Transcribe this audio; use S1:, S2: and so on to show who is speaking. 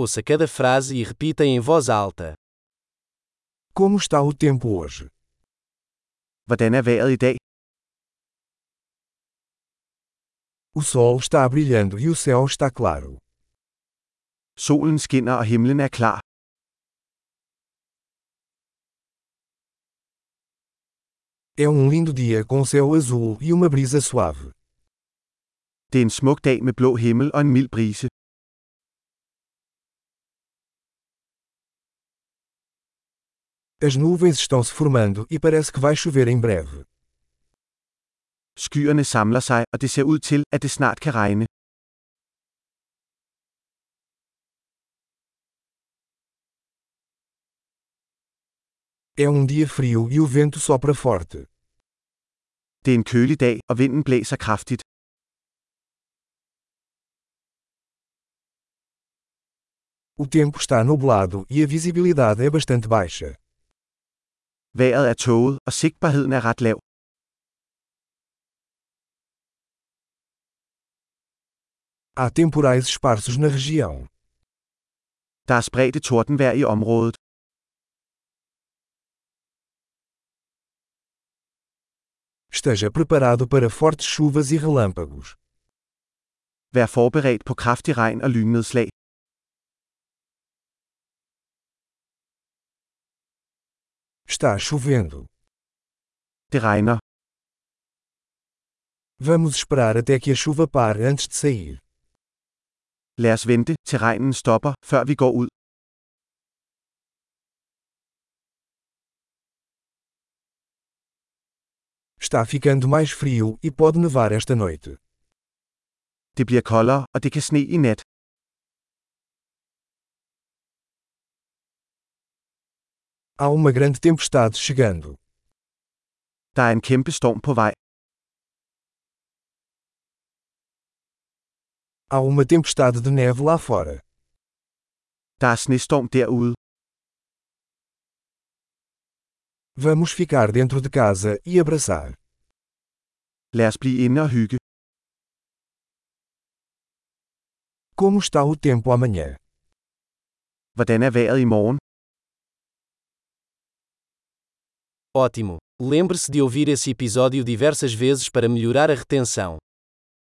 S1: Ouça cada frase e repita em voz alta.
S2: Como está o tempo hoje?
S3: Hvordan er vejret i dag?
S2: O sol está brilhando e o céu está claro.
S3: Solen skinner og himlen er klar.
S2: É um lindo dia com céu azul e uma brisa suave.
S3: Det er en smuk dag med blå himmel og en mild brise.
S2: As nuvens estão se formando e parece que vai chover em breve.
S3: Skyerne samler sig, og det ser ud til, at det snart kan regne.
S2: É um dia frio e o vento sopra forte.
S3: Det er en kølig dag, og vinden blæser kraftigt.
S2: O tempo está nublado e a visibilidade é bastante baixa.
S3: Vejret er tåget, og sigtbarheden er ret lav.
S2: Há temporais esparsos na região.
S3: Der er spredte tordenvejr i området.
S2: Esteja preparado para fortes chuvas e relâmpagos.
S3: Vær forberedt på kraftig regn og lynnedslag.
S2: Está chovendo.
S3: Det regner.
S2: Vamos esperar até que a chuva pare antes de sair.
S3: Lad os vente, til regnen stopper, før vi går ud.
S2: Está ficando mais frio e pode nevar esta noite.
S3: Det bliver koldere, og det kan sne i nat.
S2: Há uma grande tempestade chegando.
S3: Der er en kæmpe storm på vej.
S2: Há uma tempestade de neve lá fora.
S3: Der er snestorm derude.
S2: Vamos ficar dentro de casa e abraçar.
S3: Lad os blive inde og hygge.
S2: Como está o tempo amanhã?
S3: Hvordan er vejret i morgen?
S1: Ótimo! Lembre-se de ouvir esse episódio diversas vezes para melhorar a retenção.